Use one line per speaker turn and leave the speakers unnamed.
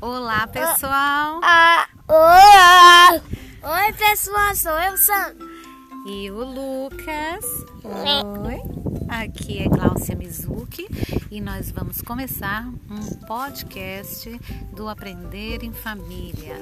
Olá, pessoal!
Ah, olá! Oi, pessoal, sou eu, Sandro.
E o Lucas. Oi. Aqui é Glaucia Mizuki e nós vamos começar um podcast do Aprender em Família.